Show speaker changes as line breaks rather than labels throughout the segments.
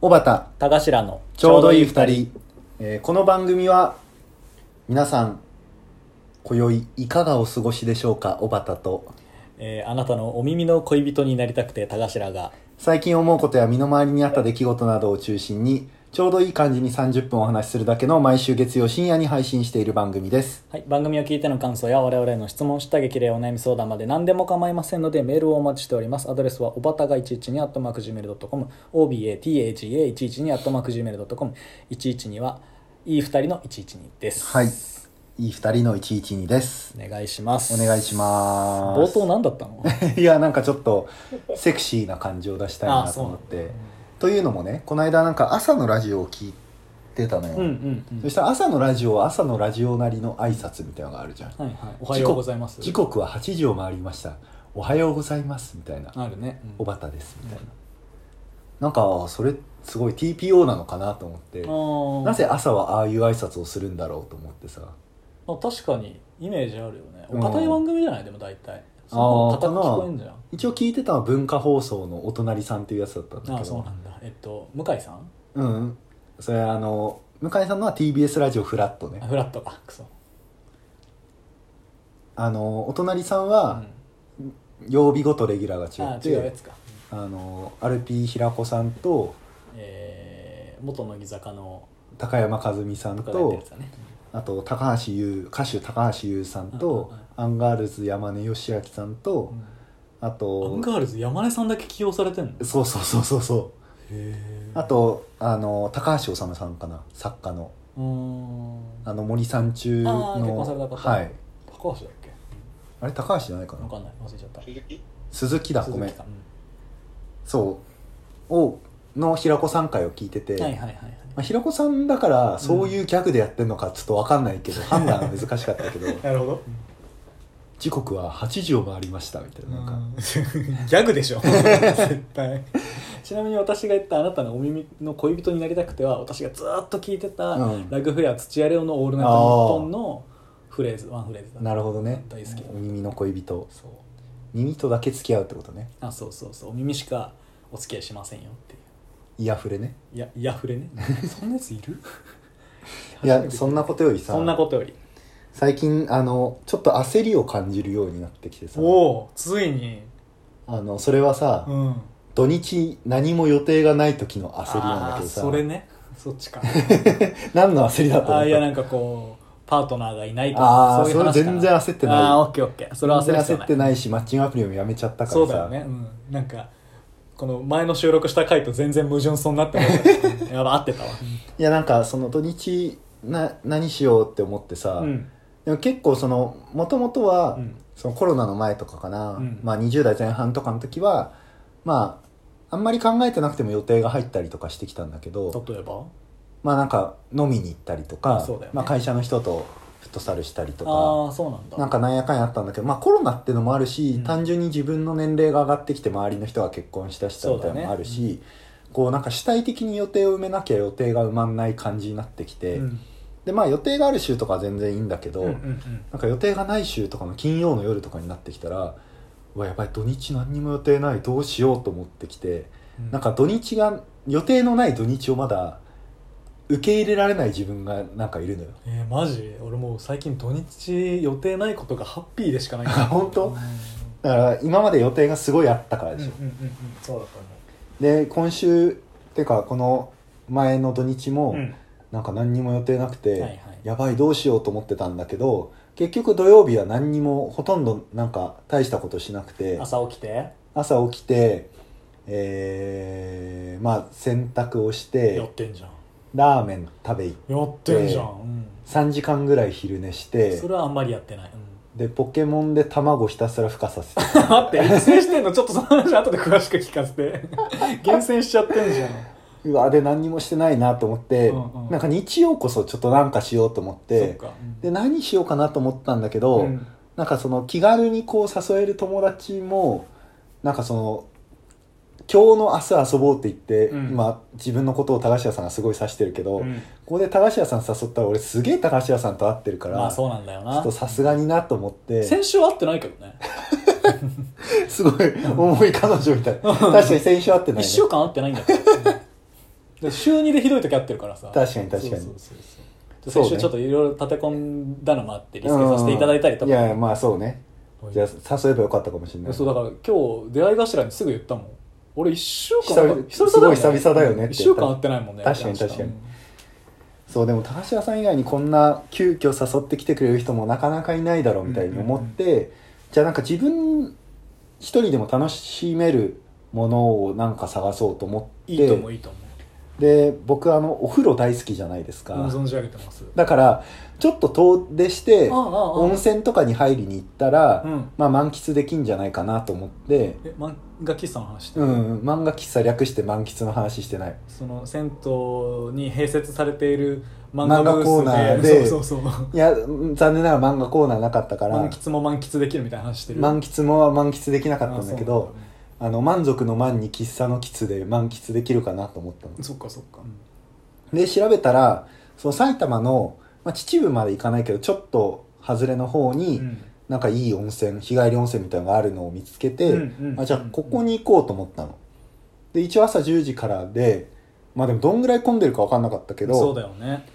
小畑
田頭の
ちょうどいい二人、えーこの番組は皆さん今宵いかがお過ごしでしょうか小畑と
えーあなたのお耳の恋人になりたくて田頭が
最近思うことや身の回りにあった出来事などを中心にちょうどいい感じに30分お話しするだけの毎週月曜深夜に配信している番組です
はい、番組を聞いての感想や我々への質問、した激励、お悩み相談まで何でも構いませんのでメールをお待ちしております。アドレスはおばたが112 at mark gmail.com、obataga112 at mark gmail.com、112はいい二人の112です。
はいいい二人の112です
お願いします。
お願いします
冒頭何だったの
いやなんかちょっとセクシーな感じを出したいなと思ってというのもねこの間なんか朝のラジオを聞いてたのよ、
うんうんうん
そしたら朝のラジオは朝のラジオなりの挨拶みたいなのがあるじゃん
はいはい。おはようございます。
時刻は8時を回りましたおはようございますみたいな
あるね。
おばたですみたいななんかそれすごい TPO なのかなと思って
うん、
なぜ朝はああいう挨拶をするんだろうと思ってさ
あ確かにイメージあるよね。
う
お
ん
堅い番組じゃないでも大体。その
あー
堅く聞こえんじゃん。
一応聞いてたのは文化放送のお隣さんっていうやつだったんだけど
ああそうなんだえっと向井さん
うんうんそれあの向井さんのは TBS ラジオフラットね
あフラットかクソ、
あのお隣さん
う
は
ん
曜日ごとレギュラーが
あ
違って
違うやつか
あのアルピー平子さんと
えー、元乃木坂の
高山和美さん
とかがやってる
と
やつだね
あと高橋優歌手高橋優さんと
うんうんうん
アンガールズ山根義明さんとあ
うんアン
と
ガールズ山根さんだけ起用されてんのへ
そうそうそうそうそう
え
あとあの高橋治さんかな作家の
うーん
あの森三中
あー結婚された
の
方
はい
高橋だっけ
あれ高橋じゃないかな
わかんない忘れちゃった
鈴木
鈴木だご
鈴
め
木
ん
さん
そうをの平子さん会を聞いてて、
はいはいはいはい
まあ、平子さんだからそういうギャグでやってるのかちょっと分かんない けど、判断が難しかったけど
なるほど
時刻は8時を回りましたみたいななんか、
ギャグ でしょ絶対ちなみに私が言ったあなたのお耳の恋人になりたくては私がずーっと聞いてた、
うん
ラグフェア土屋レオの「オールナイトニッポン」のフレーズワンフレーズだ
なるほどね
大好き
お耳の恋人
そう
耳とだけ付き合うってことね
あそうそうそうお耳しかお付き合いしませんよっていう
イヤフレね
いやイヤフ レねそんなやついる
いやそんなことよりさ
そんなことより
最近あのちょっと焦りを感じるようになってきてさ
おついに
あのそれはさ、
ん
土日何も予定がない時の焦りなんだけ
ああ
どさ
それねそっ ちか
何の焦りだと思った
ああいやなんかこうパートナーがいないとか
ああそれ全然焦ってない
ああオッケーオッケーそれは焦
全然
る必要
焦
な
っ
い
てないしマッチングアプリもやめちゃったからさ
そうだよねうんなんかこの前の収録した回と全然矛盾そうになって思ったやば合ってたわ
いやなんかその土日な何しようって思ってさ、
うん
でも結構そのもともとは、
うん
そのコロナの前とかかな、
うん
まあ、20代前半とかの時はまああんまり考えてなくても予定が入ったりとかしてきたんだけど
例えば
まあなんか飲みに行ったりとか、
あそうだよね
まあ、会社の人とフットサルしたりとか
ああそうなんだ
なんかなんやかんやあったんだけど、まあ、コロナってのもあるし、
うん
単純に自分の年齢が上がってきて周りの人が結婚したしたみたいなのもあるし、
そう
こうなんか主体的に予定を埋めなきゃ予定が埋まんない感じになってきて、
うん
でまあ予定がある週とかは全然いいんだけど、
うんうんうん
なんか予定がない週とかの金曜の夜とかになってきたらうわやばい土日何にも予定ないどうしようと思ってきて、
うん
なんか土日が予定のない土日をまだ受け入れられない自分がなんかいるのよ
えー、マジ俺もう最近土日予定ないことがハッピーでしかないから
本
う
当
ん
だから今まで予定がすごいあったから
うん
で
うん
し
う
ょ
ん、うんそうだと思
で今週っていうかこの前の土日も、
う、うん、
なんか何にも予定なくて、
はいはい
やばいどうしようと思ってたんだけど結局土曜日は何にもほとんどなんか大したことしなくて
朝起きて
朝起きてえー、まあ洗濯をし
や
て
ってんじゃん
ラーメン食べ行って
やってんじゃん、うん
3時間ぐらい昼寝して
それはあんまりやってない、うん
でポケモンで卵ひたすら孵化させて
待って育成してんのちょっとその話後で詳しく聞かせて厳選しちゃってんじゃん
うわで何にもしてないなと思って、
うんうん
なんか日曜こそちょっとなんかしようと思っ
そってか、うん
で何しようかなと思ったんだけど、
うん
なんかその気軽にこう誘える友達もなんかその今日の明日遊ぼうって言って、
うん
今自分のことを高橋屋さんがすごい指してるけど、
うん
ここで高橋屋さん誘ったら俺すげえ高橋屋さんと会ってるから、
まあ
ちょ
そうなんだよな
っとさすがになと思って
先週会ってないけどね
すごい重い彼女みたいな確かに先週会ってない、ね、
一週間会ってないんだけどで週2でひどい時あってるからさ
確かに確かに
そうそうそう
そ
そうう
ね
先週ちょっといろいろ立て込んだのもあってリスケさせていただいたりと
うん
か
いやまあそうねじゃあ誘えばよかったかもしれない
そうだから今日出会い頭にすぐ言ったもん俺1週間
久々すごい久々だよねって
1週間会ってないもんね
確かに確かに
うん
そうでも高橋さん以外にこんな急遽誘ってきてくれる人もなかなかいないだろうみたいに思って、じゃあなんか自分一人でも楽しめるものをなんか探そうと思って
いいと思ういいと思
で僕あのお風呂大好きじゃないです
う
か、
存じ上げてます
だからちょっと遠出して
ああああ
温泉とかに入りに行ったら、
うん
まあ満喫できんじゃないかなと思って、
え漫画喫茶の話して
う
る
ん、漫画喫茶略して満喫の話してない
その銭湯に併設されている漫
漫
画
画
ブースで
コーナーで
そうそうそう
いや残念ながら漫画コーナーなかったから
満喫も満喫できるみたいな話してる
満喫も満喫できなかったんだけ
あそう
ど
なんだ
あの満足の満に喫茶の喫で満喫できるかなと思ったの
そっかそっか、
で調べたらその埼玉の、まあ、秩父まで行かないけどちょっと外れの方に、
うん
なんかいい温泉日帰り温泉みたいなのがあるのを見つけて、
うんうん
あじゃあここに行こうと思ったので一応朝10時からでまあでもどんぐらい混んでるか分かんなかったけど
そうだよね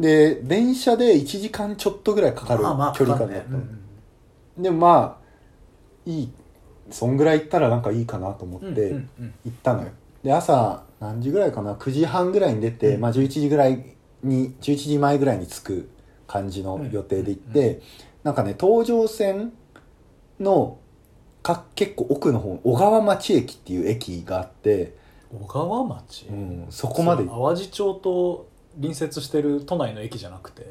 で電車で1時間ちょっとぐらいかかる
まあまあ
距離感だったの、
うんうん
でもまあいいそんぐらい行ったらなんかいいかなと思って
う
行
んうん
ったのよ、で朝何時ぐらいかな9時半ぐらいに出て、
うん
まあ、11時ぐらいに11時前ぐらいに着く感じの予定で行って、
うん
なんかね東上線のか結構奥の方小川町駅っていう駅があって、
うん小川町、
うんそこまで
そう淡路町と隣接してる都内の駅じゃな くて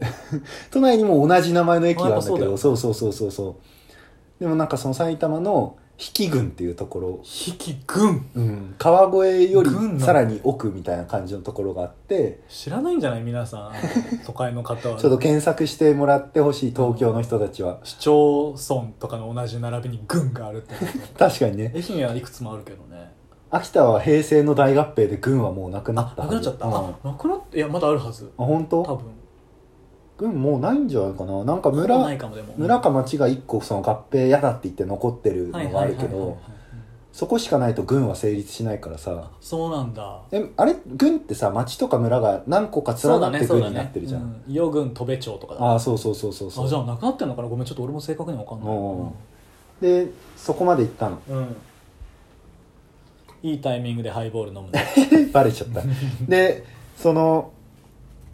都内にも同じ名前の駅があるんだけ
あやっ
ど
ぱ
そ
そう
そうそうそうそうでもなんかその埼玉の比企郡っていうところ
比企郡
うん、川越より
群なんだ
さらに奥みたいな感じのところがあって
知らないんじゃない皆さん都会の方は
ちょっと検索してもらってほしい東京の人たちは
市町村とかの同じ並びに郡があるっ てこ
確かにね
と愛媛はいくつもあるけどね
秋田は平成の大合併で軍はもうなくな
あ
った
な
は
く
ず
なっちゃった、
うん
あなくなっていやまだあるはず
あ本
多
当
分
軍もうないんじゃないかななんか
な
村
いかもでも
村か町が一個その合併嫌だって言って残ってる
はい
のが
は
あ
いはい
る
はい
け
はいうん
どそこしかないと軍は成立しないからさ
そうなんだ
えあれ軍ってさ町とか村が何個か連なって軍になってるじゃん、
うん伊予郡戸部町とかだ
ああそうそうそうそう
あじ
そ
ゃ
う
あなくなってんのかなごめんちょっと俺も正確には分かんない
おうでそこまで行ったの
うん、うんいいタイミングでハイボール飲むね
バレち ゃったでその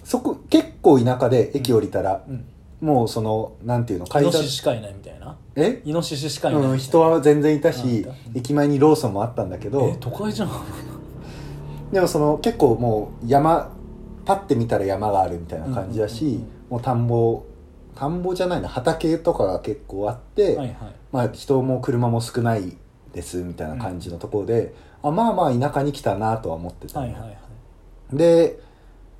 そこ結構田舎で駅降りたら、
うん
もうそのなんていうの
イ
階
ノ
段
シシしかいないみたいな
え、
イノシシしかいないみたい
うん、
な
人は全然いたし
あうん
駅前にローソンもあったんだけ
え
ど
都会じゃん
でもその結構もう山パッて見たら山があるみたいな感じだし、
うんうんうんうん
もう田んぼ田んぼじゃないな畑とかが結構あって、
はいはい
まあ、人も車も少ないですみたいな感じのところで、あまあまあ田舎に来たなとは思ってたの、
はいはいはい
で、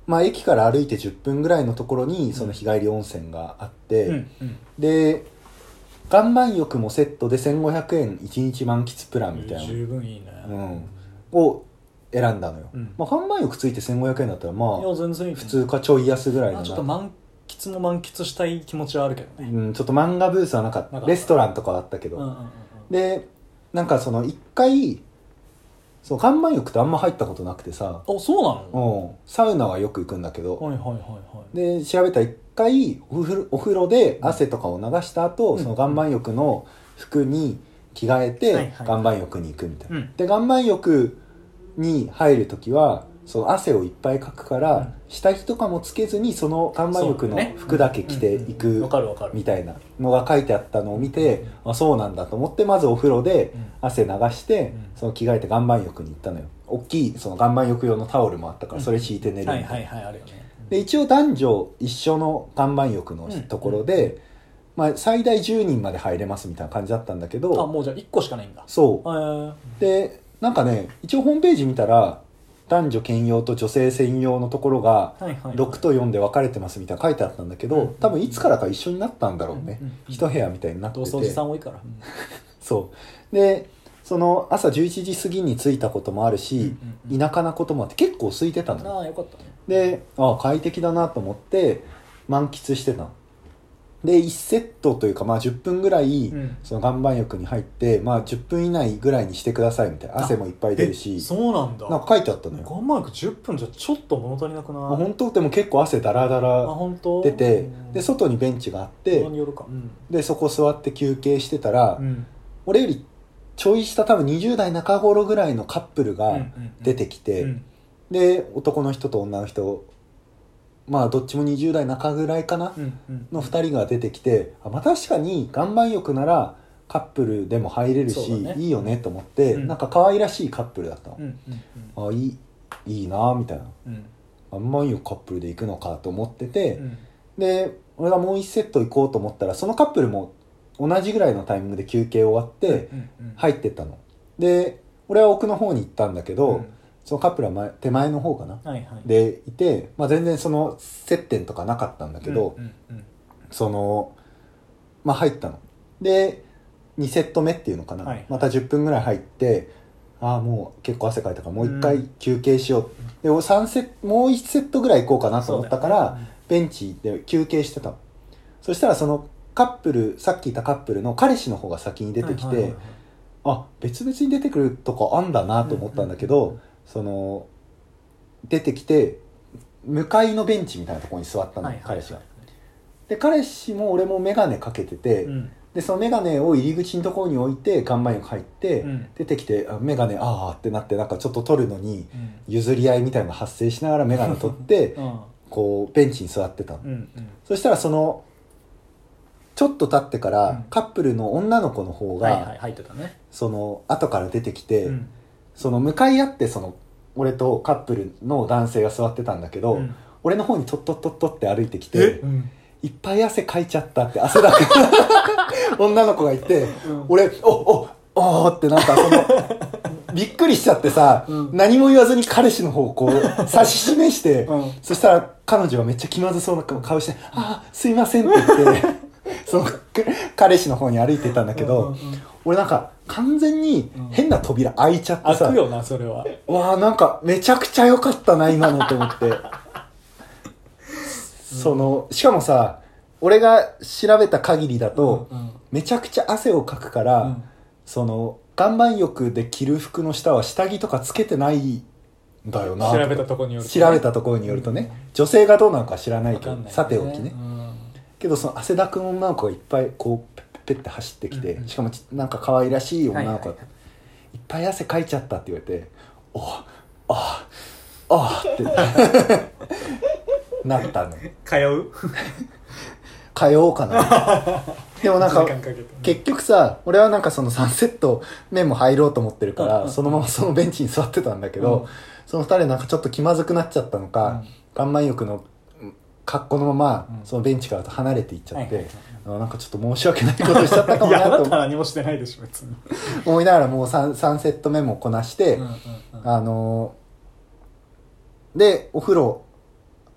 まあ、駅から歩いて10分ぐらいのところにその日帰り温泉があって、
うんうん
で岩盤浴もセットで1500円1日満喫プランみたいなの
十分いいね
うんを選んだのよ、
うん
まあ、岩盤浴ついて1500円だったらま
い
あ
や全然いい
普通かちょい安ぐらいの
まあ
な
ちょっと満喫も満喫したい気持ちはあるけど
う
ね
ん、ちょっと漫画ブースはなかった
なかった
レストランとかはあったけど、
うんうんうんうん
でなんかその一回そう岩盤浴ってあんま入ったことなくてさ、
あそうな
う
の
ん、サウナはよく行くんだけど、
はいはいはいはい
で調べたら一回お風呂お風呂で汗とかを流した後、
うん
その岩盤浴の服に着替え
はい
て
はい
岩盤浴に行くみたいな、
うん
で岩盤浴に入る時はその汗をいっぱいかくから、
うん
下着とかもつけずにその岩盤浴の
そうね
服だけ着てい
うん
く
わかるわかる
みたいなのが書いてあったのを見て、あそうなんだと思ってまずお風呂で
うん
汗流して、
うん
その着替えて岩盤浴に行ったのよ大きいその岩盤浴用のタオルもあったからそれ敷いて寝るみた
はいい
な
はいはいあるよね
で一応男女一緒の岩盤浴のところで、まあ、最大10人まで入れますみたいな感じだったんだけ
あ
ど
もうじゃあ1個しかないんだ
そ
えー
うでなんかね一応ホームページ見たら男女兼用と女性専用のところが
はいはい
6と4で分かれてますみたいな書いてあったんだけ
うん
ど多分いつからか一緒になったんだろうね
うんうんうん
一部屋みたいになって
同窓児
て
さん多いからうん
そうでその朝11時過ぎに着いたこともあるし
うんうんうん
田舎なこともあって結構空いてたのよ
ああよかったね
であ快適だなと思って満喫してたので1セットというか、まあ、10分ぐらい、
うん
その岩盤浴に入って、まあ、10分以内ぐらいにしてくださいみたいな汗もいっぱい出るし
えそうなんだ
なんか書いてあったのよ
ガンマイク10分じゃちょっと物足りなくない
あ本当でも結構汗だらだ
あ
ら
本当
出て
うん
で外にベンチがあって
物によるかうん
でそこ座って休憩してたら、
うん
俺よりちょい下多分20代中頃ぐらいのカップル
うんう
が
ん
出てきて、
うん
で男の人と女の人まあどっちも20代中ぐらいかな、
うんうん
の2人が出てきてあまあ確かに岩盤浴ならカップルでも入れるし、
そうだね
いいよねと思って、
うん
なんか可愛らしいカップルだったの
う、んうん
あいいいいなみたいな
うんうん
岩盤浴カップルで行くのかと思ってて、
うん
で俺がもう1セット行こうと思ったらそのカップルも同じぐらいのタイミングで休憩終わって、
うんうん
入ってったので俺は奥の方に行ったんだけど、
うん
そのカップルは前手前の方かな
はいはい
でいて、まあ、全然その接点とかなかったんだけど、
うんうん
そのまあ入ったので2セット目っていうのかな、
はい
また10分ぐらい入ってああもう結構汗かいたからもう1
う
回
ん
休憩しよう、で俺三セットもう1セットぐらい行こうかなと
そう
思
だよね
ったから、ベンチで休憩してたのそしたらそのカップルさっきいたカップルの彼氏の方が先に出てきて、
はいはいはいはい
あ別々に出てくるとこあんだなと思ったんだけど、その出てきて向かいのベンチみたいなところに座ったの、
はいはい
彼氏がで彼氏も俺も眼鏡かけてて、
うん
でその眼鏡を入り口のところに置いて岩盤浴入って、
うん
出てきてあ眼鏡ああってなってなんかちょっと取るのに
うん
譲り合いみたいなのが発生しながら眼鏡取って
あ
こうベンチに座ってたの、
あうんうん
そしたらそのちょっと経ってから、
うん
カップルの女の子の方が、
はいはい入ってたね
その後から出てきて、
うん
その向かい合ってその俺とカップルの男性が座ってたんだけど、
うん
俺の方にトットットットって歩いてき
え
ていっぱい汗かいちゃったって汗だく 女の子がいて
うん
俺おおおーってなん かそのびっくりしちゃってさ、
うん
何も言わずに彼氏の方をこう指し示して、
うん
そしたら彼女がめっちゃ気まずそうな顔して「ああすいません」って 言ってその彼氏の方に歩いてたんだけど、
うんうんうん
俺なんか完全に変な扉開いちゃってさ、
開くよなそれは
わあなんかめちゃくちゃ良かったな今のと思ってそのしかもさ俺が調べた限りだと、
うんうん
めちゃくちゃ汗をかくから、
うん
その岩盤浴で着る服の下は下着とかつけてないんだよな
調べたとこによるとね
調べたところによるとね、女性がどうなのか知らないけど
わかんないね
さておきね、
うん
けどその汗だくの女の子がいっぱいこうペッペッペッって走ってきて、
うんうん
しかもちなんか可愛らしい女の子、
はい
いっぱい汗かいちゃったって言われて「おああってなったの
通う
通おうかなでもなんか
時間かけて
結局さ俺はなんかその3セット目も入ろうと思ってるから、
うんうん
そのままそのベンチに座ってたんだけど、
うん
その2人なんかちょっと気まずくなっちゃったのか、岩盤浴の格好のまま、
うん
そのベンチから離れていっちゃって、
はいはい
あのなんかちょっと申し訳ないことしちゃったか
い
も
やあ
な
なた
と
何もしてないでしょ別に
思いながらもう 3, 3セット目もこなして、
うんうんうん
あのーでお風呂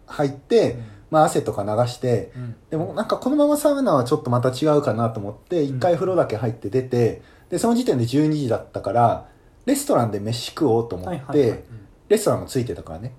入って、
うん
まあ、汗とか流して、
うん
でもなんかこのままサウナはちょっとまた違うかなと思って一回風呂だけ入って出て、でその時点で12時だったからレストランで飯食おうと思って、
はいはいはい
レストランもついてたからね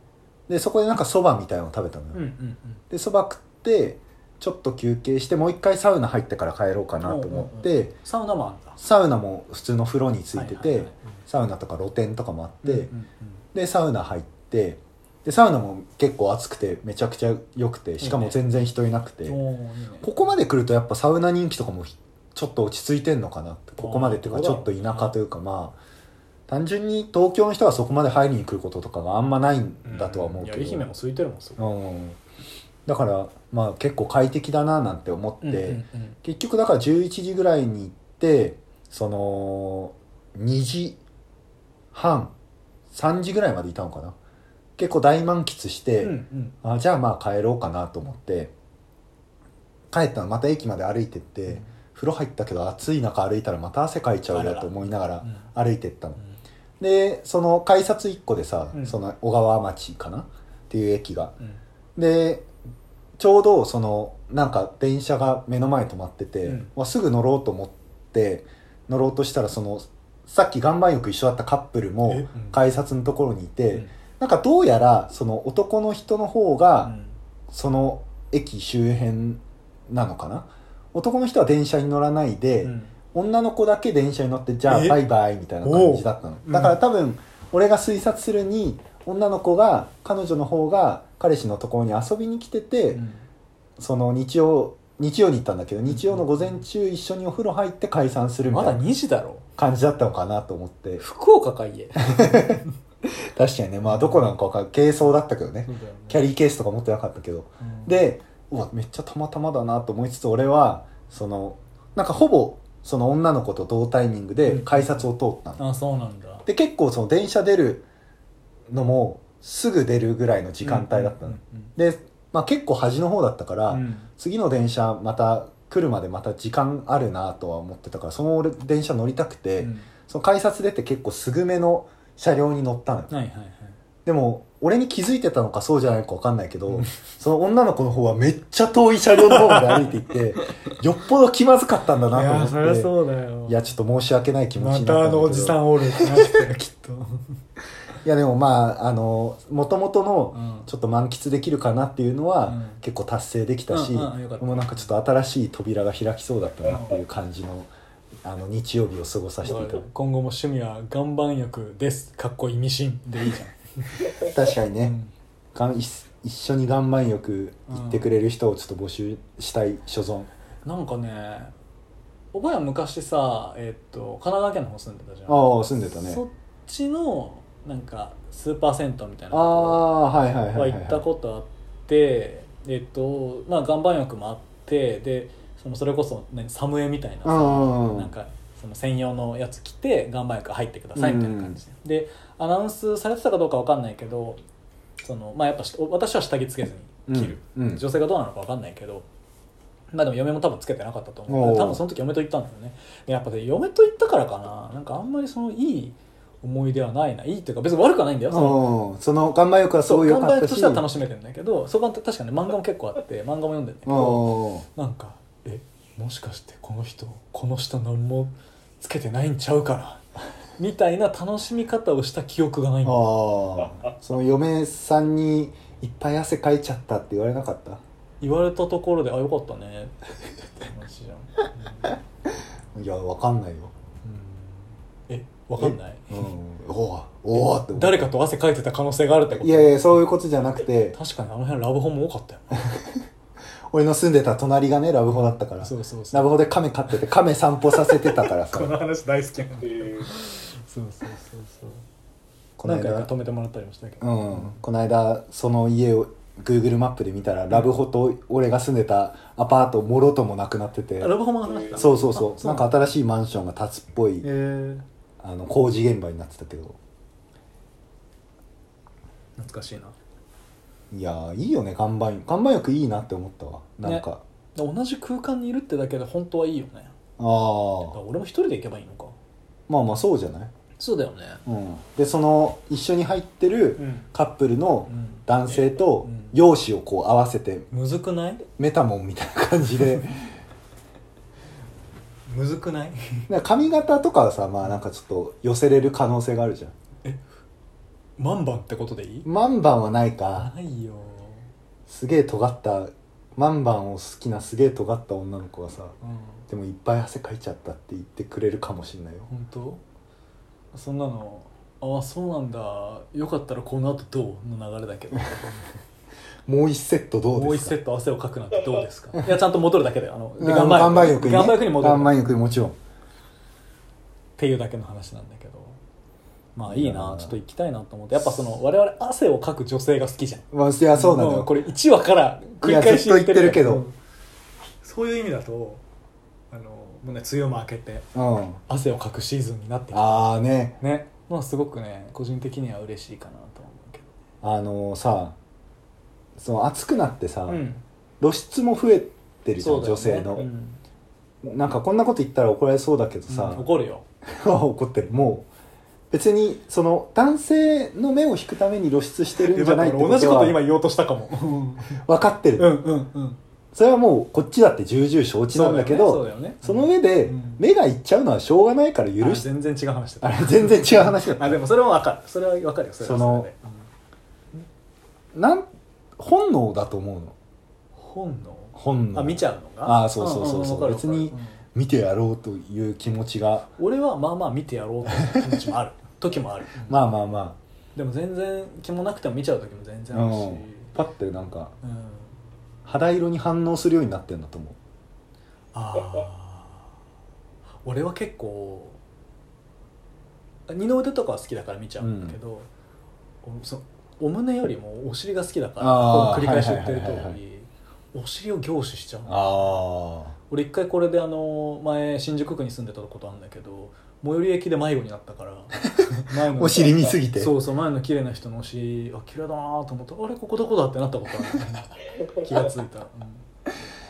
でそこでなんかそばみたいなのを食べたのよ、
うんうんうん
でそば食ってちょっと休憩してもう一回サウナ入ってから帰ろうかなと思って、
サウナもあんだ
サウナも普通の風呂についてて、
はいはいはい
サウナとか露天とかもあって、
うんうん
でサウナ入ってでサウナも結構暑くてめちゃくちゃ良くてしかも全然人いなくて、
うんおーいいね
ここまで来るとやっぱサウナ人気とかもひちょっと落ち着いてんのかなってここまでっていうか
あー
ちょっと田舎というかまあ単純に東京の人はそこまで入りに来ることとかがあんまないんだとは思うけど、
いや愛媛も空いてるもんすごい
うんだからまあ結構快適だななんて思って、
うんうん
結局だから11時ぐらいに行ってその2時半3時ぐらいまでいたのかな結構大満喫して、
うんうん
あじゃあまあ帰ろうかなと思って帰ったのまた駅まで歩いてって、
うん
風呂入ったけど暑い中歩いたらまた汗かいちゃう
あ
よ
らら
と思いながら
うん
歩いてったの、
うん
でその改札1個でさ、
うん
その小川町かなっていう駅が
うん
でちょうどそのなんか電車が目の前に止まってて、
うん
わすぐ乗ろうと思って乗ろうとしたらそのさっき岩盤浴一緒だったカップル
えう
も
ん
改札のところにいて、
うん
なんかどうやらその男の人の方が、
うん
その駅周辺なのかな男の人は電車に乗らないで、
うん
女の子だけ電車に乗ってじゃあ
え
バイバイみたいな感じだったの
おう
だから多分俺が推察するに女の子が彼女の方が彼氏のところに遊びに来てて、
うん
その日曜日曜に行ったんだけど日曜の午前中一緒にお風呂入って解散するみ
ま
た
だ
いな
2時だろ
感じだったのかなと思って
福岡か家
確かにねまあどこなのか分かん軽装だったけどね
そうだよね
キャリーケースとか持ってなかったけど
うん
でうわめっちゃたまたまだなと思いつつ俺はそのなんかほぼその女の子と同タイミングで改札を通ったの、
あそうなんだ
で結構その電車出るのもすぐ出るぐらいの時間帯だったの、
うん
で、まあ、結構端の方だったから、
うんうん
次の電車また来るまでまた時間あるなとは思ってたからその俺電車乗りたくて、
うん
その改札出て結構すぐめの車両に乗ったのよ、
はいはいはい
でも俺に気づいてたのかそうじゃないのか分かんないけど、
うん
その女の子の方はめっちゃ遠い車両の方まで歩いていって よっぽど気まずかったんだ
い
な
や
と
そ
思
りゃ
っていや
そうだよ
ちょっと申し訳ない気持ち
ま
になった
たあ
んだけど
のおじさんおるってなっ てたよきっと
いやでもまああの元々
う
の
ん
ちょっと満喫できるかなっていうのは、
うん
結構達成できたし、
うんうんよかった
もうなんかちょっと新しい扉が開きそうだったなっていう感じのあの日曜日を過ごさせていただ
今後も趣味は岩盤浴ですかっこいいミシンでいいじゃん
いた確かに
う
ね、
ん
がん一一緒に岩盤浴行ってくれる人をちょっと募集したい所存、
なんかねおばや昔さ、えっと神奈川県の方住んでたじゃん
ああ住んでたね
そっちのなんかスーパー銭湯みたいな
ああはいはい
は
はいはい、
行
はい、
ったことあって、えっとまあ岩盤浴もあってでそのそれこそ、ね、サムエみたい
う
なさ
んうんうん
なんかその専用のやつ着て岩盤浴入ってくださいみたいな感じで,、でアナウンスされてたかどうかわかんないけどそのまあやっぱし私は下着つけずに着る、
うんうん
女性がどうなのかわかんないけどまあでも嫁も多分つけてなかったと思うけど
おう
多分その時嫁と行ったんだよねでやっぱで嫁と行ったからかななんかあんまりそのいい思い出はないないいっていうか別に悪くはないんだよその
うんその岩盤浴はす
そ
ご
う
い良
頑
か
張
っ
り
た
と
し
しては楽しめてるんだけどそこは確かね漫画も結構あって漫画も読んでんだけど
うん
なんかえもしかしてこの人この人何もつけてないんちゃうかな みたいな楽しみ方をした記憶がないんだ
ああその嫁さんにいっぱい汗かいちゃったって言われなかった
言われたところであよかったねって話じゃん、うん
いやわかんないよ、
えわかんない
うん、おおおおって思う
誰かと汗かいてた可能性があるってこと
いやいやそういうことじゃなくて
確かにあの辺ラブホも多かったよ
俺の住んでた隣がねラブホだったから
そうそうそ
ラ
う
ブホで亀飼ってて亀散歩させてた からさ
この話大好きなんだよ
そうそうそうそう
この
何回か
間
止めてもらったりもしたけど、
うん、この間その家を Google マップで見たらラブホと俺が住んでたアパートもろともなくなってて
あラブホも話した
そうそうそ
あ
う
そう
な
なんん
か
だ
新しいマンションが建つっぽい
え
あの工事現場になってたけど
懐かしいない
やーいいよね岩盤浴岩盤浴いいなって思ったわなんか、
同じ空間にいるってだけで本当はいいよねだから
ああ
俺も一人で行けばいいのか
まあまあそうじゃない、
そうだよね
うん、でその一緒に入ってる
うん
カップルの
うん
男性と
うん
容姿をこう合わせて
むずくない
メタモンみたいな感じで
むずくない
なんか髪型とかはさまあなんかちょっと寄せれる可能性があるじゃん
万番ってことでいい
マンバンはないか
ないよ
すげえ尖ったマンバンを好きなすげえ尖った女の子がさ
うん
でもいっぱい汗かいちゃったって言ってくれるかもしんないよ
本当そんなのああそうなんだよかったらこの後どうの流れだけど
もう一セットどう
もう
で
一
す
セ
か
ット汗をかくなんてどうですかいやちゃんと戻るだけだよあの
うん
で頑張る
岩盤浴にね
岩盤浴に戻る
岩盤浴にもちろん
っていうだけの話なんだけどまあいい
いや
な
ー
ちょっと行きたいなと思ってやっぱその我々汗をかく女性が好きじゃん
まあ、いやそうなの
も
よ
これ1話から
い
繰
や
り返
ず
し
っと言ってるけど、
そういう意味だとあのもうね梅雨も明けて
うん
汗をかくシーズンになってきた
ああね
ねまあすごくね個人的には嬉しいかなと思うけ
あのさその暑くなってさ、
どうん
露出も増えてるじゃん、
そうだよね
女性の
う、ん
なんかこんなこと言ったら怒られそうだけど
うん
さ、
怒るよ
怒ってるもう別にその男性の目を引くために露出してるんじゃないってこと
同じこと今
は
言おうとしたかも
分かってる、
うんうんうん
それはもうこっちだって重々承知なんだけど
そ
そう
だよね
の上で
うん
目がいっちゃうのはしょうがないから許
あ
して、
全然違う話だ
あれ全然違う話だった
あでもそれは分かるそれは分かるよそれ
そ
は
の
れで
なん本能だと思うの
うん
本能
本能
あ見ちゃうのが
あーそうそうそうそうん
んわかるわか
別
る
に
ん
見てやろうという気持ちが
俺はまあまあ見てやろうという気持ちもある 時もある
まあまあま
でも全然気もなくても見ちゃう時も全然
あ、
あるし、
うん、パッてなんか
うん
肌色に反応するようになってんだと思う
ああ俺は結構二の腕とかは好きだから見ちゃうんだけど、おそお胸よりもお尻が好きだから
あー
こう繰り返し言ってる通
はいはいはいは
りお尻を凝視しちゃう
あ
俺一回これであの前新宿区に住んでたことあるんだけど最寄り駅で迷子になったから 前
お尻見すぎて
そうそう前の綺麗な人のお尻あ綺麗だなと思ってあれここどこだってなったことあ る気がついた、う
い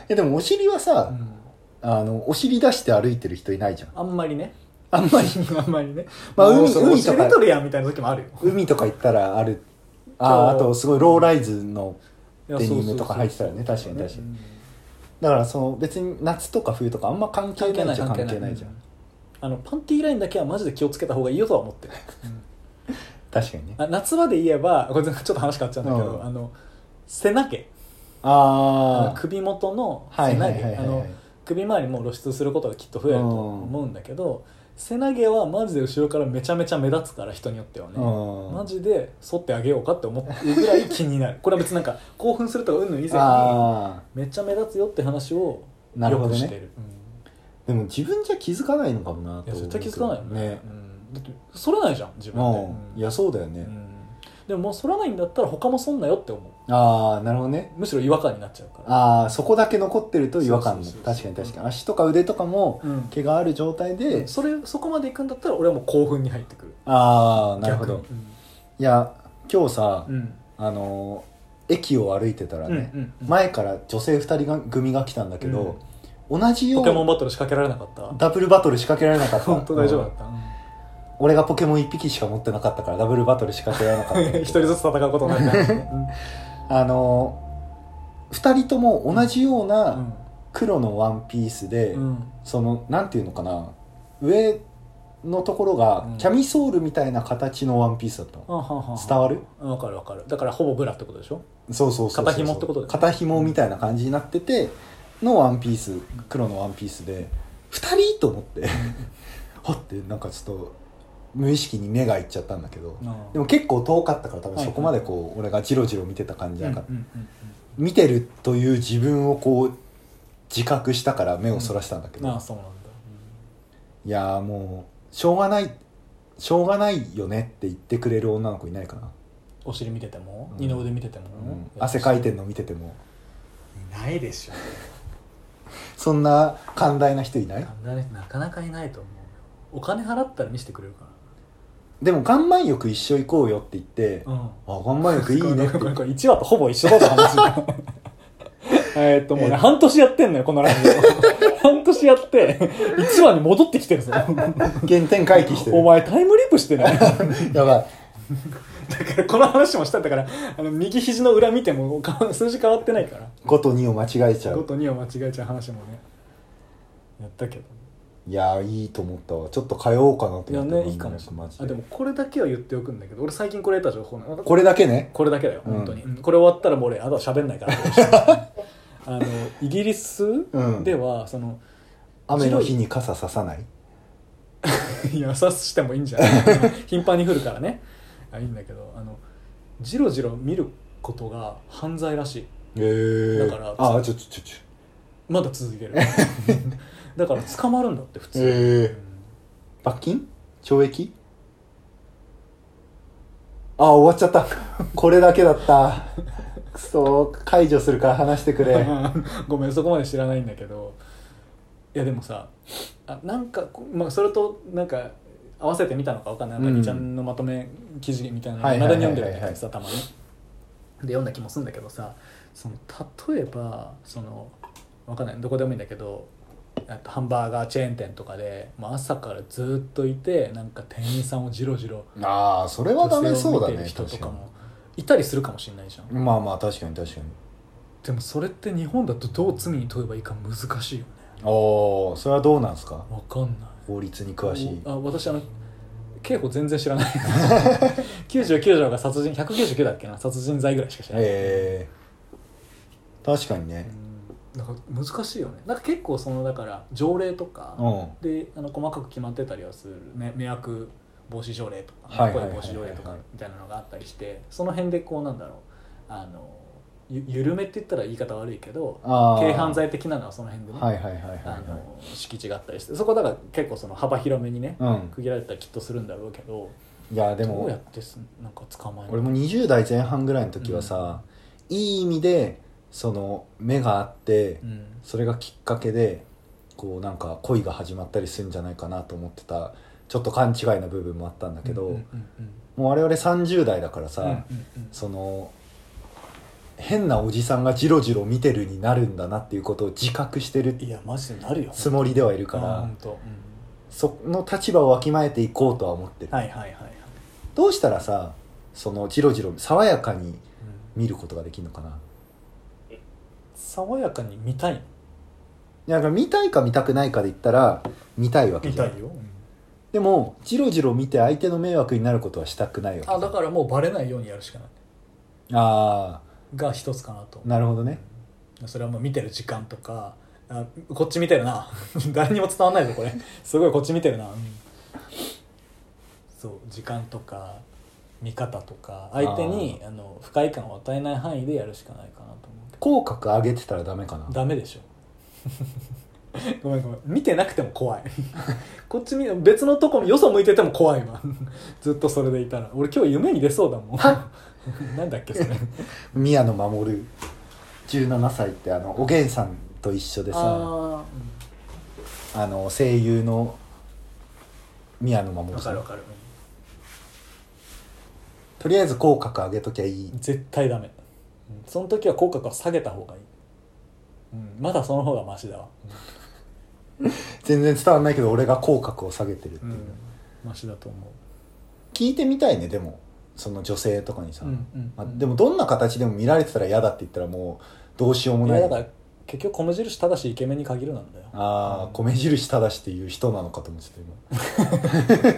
やでもお尻はさ、
んうん
あのお尻出して歩いてる人いないじゃん
あんまりね
あんまり
あ んまりね
まあ
もう
海
その
海とか
お尻取るやんみたいな時もあるよ
海とか行ったらあるあー
そ
あ
う
とすごいローライズの
いや
デニム
そうそうそう
とか入ってたらね確かに確かに
うん
だからその別に夏とか冬とかあんま関係
関係
な
ないい
じゃん
関係
関
ない
係ないじゃん
あのパンティーラインだけはマジで気をつけた方がいいよとは思ってる
確かにね
あ夏場で言えばこれちょっと話変わっちゃうんだけど、
うん
あの背中あの
ああ
首元の
は
背
い
投
は
げ
いはい
あ
はいは
の
い
首周りも露出することがきっと増えると思うんだけど、背投げはマジで後ろからめちゃめちゃ目立つから人によってはね、
うん
マジで剃ってあげようかって思うぐらい気に なるこれは別になんか興奮するとかうんぬん以前に
あ
めっちゃ目立つよって話を
なる
よ
ほど
く
ね
してる
ーでも自分じゃ気づかないのかもな
うんい
と
や
思う
絶対気づかないよね
ね
うん、だって剃らないじゃん自分で、
うんいやそうだよね、
うんでももう剃らないんだったら他も剃んなよって思う
ああなるほどね
むしろ違和感になっちゃうから
ああそこだけ残ってると違和感
そ
の
うそうそう
確
そ
か
う
に確かに足とか腕とかも
うん
毛がある状態で、
それそこまで行くんだったら俺はもう興奮に入ってくる
ああなるほど
逆に
いや今日さ、
うんうん
あのー駅を歩いてたらね、
うんうんうん
前から女性2人が組が来たんだけど、同じよ
ポケモン
う
バトル仕掛けられなかった
ダブルバトル仕掛けられなかった
本当大丈夫だっ
うん
た、
俺がポケモン1匹しか持ってなかったからダブルバトル仕掛けられなかったんだけど
一人ずつ戦うことにな るからね、
あの2人とも同じよう
う
なん黒のワンピースで、
うん
そのなんていうのかな上のところ
う
が
ん
キャミソールみたいな形のワンピースだったの、
はんはんはんはん
伝わる
うんわかるわかるだからほぼブラってことでしょ
そうそうそうそう
肩紐ってことだよね
肩紐みたいな感じになっててのワンピース黒のワンピースで2人と思ってはってなんかちょっと無意識に目がいっちゃったんだけどで
も
も結構遠かったから多
は
分
い
そこまでこう俺がジロジロ見てた感じじゃなかった、
うんうん
見てるという自分をこう自覚したから目をそらしたんだけ
うん
ど、
ああそうなんだ
いやーもうしょうがないしょうがないよねって言ってくれる女の子いないかな、
お尻見てても
うん
二の腕見てても
うん汗かいてんの見てても
いないでしょ
そんな寛大な人いない
あんなねなかなかいないと思うよお金払ったら見せてくれるか
でも岩盤浴一緒行こうよって言って、
らうん
あ岩盤浴いいね って
これこれ1話とほぼ一緒だった話 えーっともうね、
えー
半年やってんのよこのラジ オ半年やって1話に戻ってきてるぞ
原点回帰して
お
る
前タイムリープしてないだか
やばい
ら この話もしたんだからあの右肘の裏見ても か数字変わってないから
5と2を間違えちゃ
5
う
と2を間違えちゃう話もねやったけど
いやーいいと思ったわちょっと通おうかなと
いや
思って
ねいいかもしれない
マジ
あ
で
でもこれだけは言っておくんだけど俺最近これ得た情報なの
これだけね
これだけだよ、
うん
本当に、これ終わったらもう俺あとは喋んないから あのイギリス
うん
では、その
雨の日に傘ささない
いやさしてもいいんじゃない 頻繁に降るからねあいいんだけどあのジロジロ見ることが犯罪らしい
へえ
だから
あちょちょちょち
まだ続いて るだから捕まるんだって普
ょ
通、
へ
う
え
ん
罰金懲役あ終わっちゃった これだけだ ったくそー解除するから話してくれ
ごめんそこまで知らないんだけどいやでもさあなんか、こまあ、それとなんか合わせてみたのかわかんないなんか
うん
2ちゃんのまとめ記事みたいなの
は
未
いは
だ
い
に
はい
読んで
は
る
い
んだけどさたまに。で読んだ気もするんだけどさその例えばそのわかんないどこでもいいんだけどあとハンバーガーチェーン店とかで、まあ、朝からずっといてなんか店員さんをじろじろ
ああそれはダメそうだ
女性を見て
ね
る人と
確
か
か
もいたりするかもしれないじゃん。
にまあまあ確かに確かに
でもそれって日本だとどう罪に問えばいいか難しいよね
おおそれはどうなんですか
わかんない
法律に詳しい
あ私あの刑法全然知らない 99条が殺人199だっけな殺人罪ぐらいしか知らない、
え確かにね
うんなんか難しいよねなんか結構そのだから条例とか、
うん
であの細かく決まってたりはする、ね、迷惑防止条例とか、
はいはいはいは
声
い
防止条例とかみたいなのがあったりしてその辺でこうなんだろうあのゆ緩めって言ったら言い方悪いけど
あー
軽犯罪的なのはその辺でね、
はいはいはいはい
あ
は
の敷地があったりしてそこだから結構その幅広めにね、
いうん
区切られたらきっとするんだろうけど
いやで
どう
も
やってすなんか捕まえ
俺も20代前半ぐらいの時はさ、いい意味でその目があって、
うん
それがきっかけでこうなんか恋が始まったりするんじゃないかなと思ってたちょっと勘違いな部分もあったんだけど、
うんうん
もう我々30代だからさ、
うんうんうん
その変なおじさんがジロジロ見てるになるんだなっていうことを自覚してる
うんいやマジでなるよ
つもりではいるか
あー
ら
ほんと
その立場をわきまえていこうとは思ってる、
はいはいはいはい、
どうしたらさそのジロジロ爽やかに
うん
見ることができるのかな
爽やかに見たい
なんか見たいか見たくないかで言ったら見たいわけ
見
じゃ
た
ん
いよ、
でもジロジロ見て相手の迷惑になることはしたくないわけ
あだからもうバレないようにやるしかない
あ
が一つかなと
あなるほどね
それはもう見てる時間とかあこっち見てるな 誰にも伝わんないぞこれすごいこっち見てるな、うんそう時間とか見方とか相手にあの不快感を与えない範囲でやるしかないかなと思うけ
口角上げてたらダメかな
どダメでしょ ごめんごめん見てなくても怖い こっち見別のとこよそ向いてても怖いわ ずっとそれでいたら俺今日夢に出そうだもん なんだっけそれ
宮野真守17歳ってあのおげんさんと一緒でさあ
あ
の声優の宮野真
ーうん
守
わか
さ
るわ
ん
かる
とりあえず口角上げときゃいい
絶対ダメうんその時は口角は下げた方がいい、うん、まだその方がマシだわ、
全然伝わんないけど俺が口角を下げてるって
う
い
ん
う、
マシだと思
聞いてみたいねでもその女性とかにさ、
う、うん
まあ、でもどんな形でも見られてたら嫌だって言ったらもうどうしようも
い
な
や
い
だから結局米印ただしイケメンに限るなんだよ
ああ米印正しっていう人なのかと思ってた今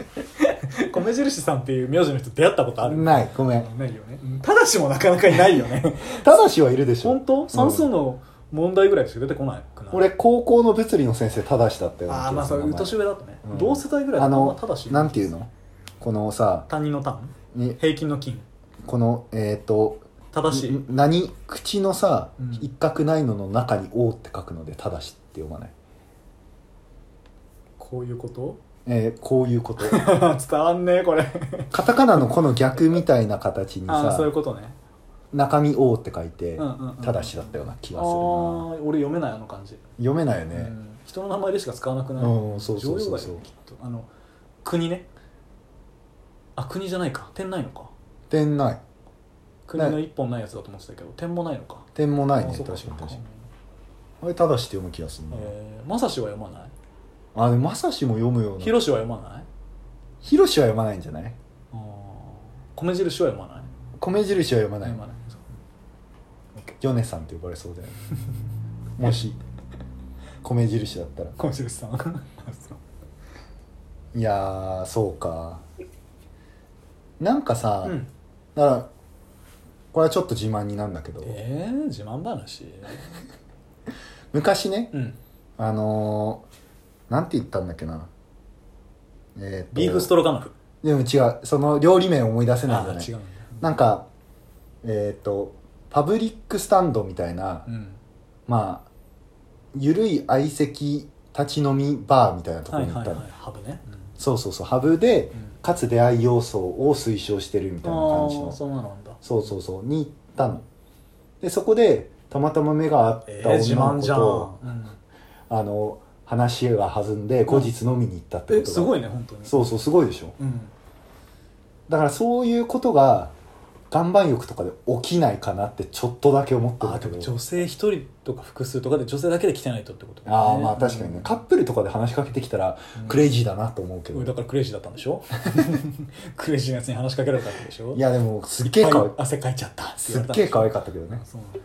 米印さんっていう名字の人出会ったことある
ないごめん
ないよね、うんただしもなかなかいないよね
正しはいるでしょ
本当算数の問題ぐらいしか出てこないくない
俺高校の物理の先生正しだったような気が
ああまあそれ
名前
年上だとね、
うん
同世代ぐらい
あ
だと
の
まあただし
なんていうのこのさ
他人の単
に
平均の金
このえっ、と
正しい
ん何口のさ、
うん
一角ないのの中に「お」って書くので「正し」って読まない、
こういうこと
えーこういうこと
伝わんねえこれ
カタカナのこの逆みたいな形に
ああそう
さ
いうことね
中身「お」って書いて
うんうんうん
「正し」だったような気
あ
が
あ
するな
ー俺読めないあの感じ、
読めないよね、
うん人の名前でしか使わなくない
うんそうそうそう
常用
そう
外だよきっとあの国ねあ国じゃないか点ないのか
点ない
国の一本ないやつだと思ってたけど点もないのか
点もない
あ
ね
そう
確かに確か
そう
にあれ「正し」って読む気がするな、
えーまさしは読まない
あでもまさしも読むよう
ひ
な
ろしは読まない
ひろしは読まないんじゃない
あー米印は読まない
米印は読まない
読まないそう
ヨネさんって呼ばれそうだよねもし米印だったら
米印さんそう
いやーそうかなんかさ、
うん
だからこれはちょっと自慢になるんだけど、
えー、自慢話
昔ね
うん
あのー、なんて言ったんだっけなえーと
ビーフストロガノフ
でも違うその料理名思い出せないん
あ
だ
あ
ね
違うんだ
なんかえっ、とパブリックスタンドみたいな、
うん
まあゆるい相席立ち飲みバーみたいなとこ
は
ろ
い
に行
は
っ
い
たの、
はいハブね、うん
そうそうそうハブで
うん
かつ出会い要素を推奨してるみたいな感じ
あー
の
そうなんだ
そうそうそうに行ったのでそこでたまたま目が合った
えー、自
女
慢
の子
じゃん、
と、
うん
あの話が弾んで後日飲みに行ったってこと
え
が
すごいね本当に
そうそうすごいでしょ
う、ん、
だからそういうことが岩盤浴とかで起きないかなってちょっとだけ思ってるんだ
あで
け
も
ど
女性一人とか複数とかで女性だけで来てないとってこと
ああまあ確かにね、
うん
カップルとかで話しかけてきたらクレイジーだなと思うけど、
うんだからクレイジーだったんで しょクレイジーなやつに話しかけられたわけでしょ
いやでもすっげえかわい
っぱい汗かいちゃった
すっげえ可愛
い
かったけどね
そうなんだ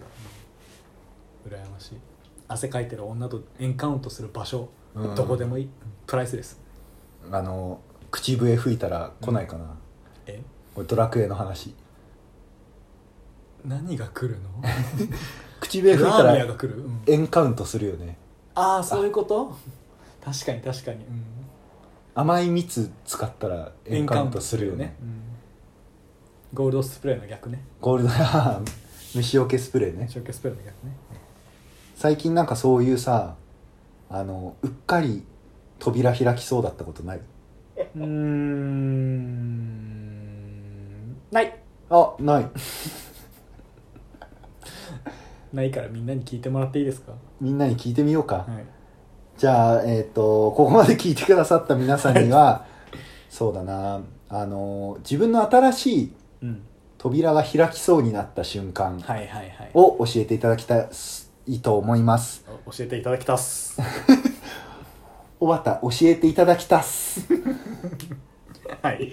うん羨ましい汗かいてる女とエンカウントする場所、
うん
どこでもいいプライスです
あの口笛吹いたら来ないかな、
え
これドラクエの話
何が来るの
口笛吹いた
ラーメ
ら
アが来る、うん
エンカウントするよね
ああそういうこと確かに確かに、
うん
甘い蜜使ったらエンカウントするよね
ゴールドスプレーの逆ね
ゴールド虫除けスプレーね
ショーケースペルの逆ね
最近なんかそういうさあのうっかり扉開きそうだったことないう
ーんない
あない
ないからみんなに聞いてもらっていいですか
みんなに聞いてみようか、
はい
じゃあえっ、とここまで聞いてくださった皆さんにはそうだなあの自分の新しい
うん
扉が開きそうになった瞬間
はいはいはい
を教えていただきたいと思います
お教えていただきたっす
おばた教えていただきたっす
はい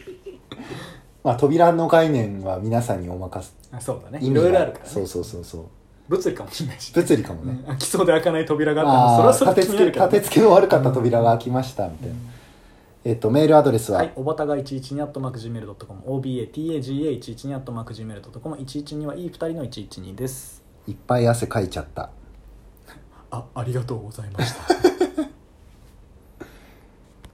まあ扉の概念は皆さんにお任せ
あそうだね
意
い
味が
ろいろあるから、ね、
そうそうそうそう
物理かもしれないし、
物理かもね、
うん開きそうで開かない扉があ
ああ
ったらそれはそれ
立
で
て付
気に
け
なるか
立
ら、
て付けの悪かった扉が開きましたみたいな、えっとメールアドレスは、
はい、おばたが112 at macgmail.com、obatagaga112 at macgmail.com、112はいい2人の112です。
いっぱい汗かいちゃった
あ、ありがとうございました。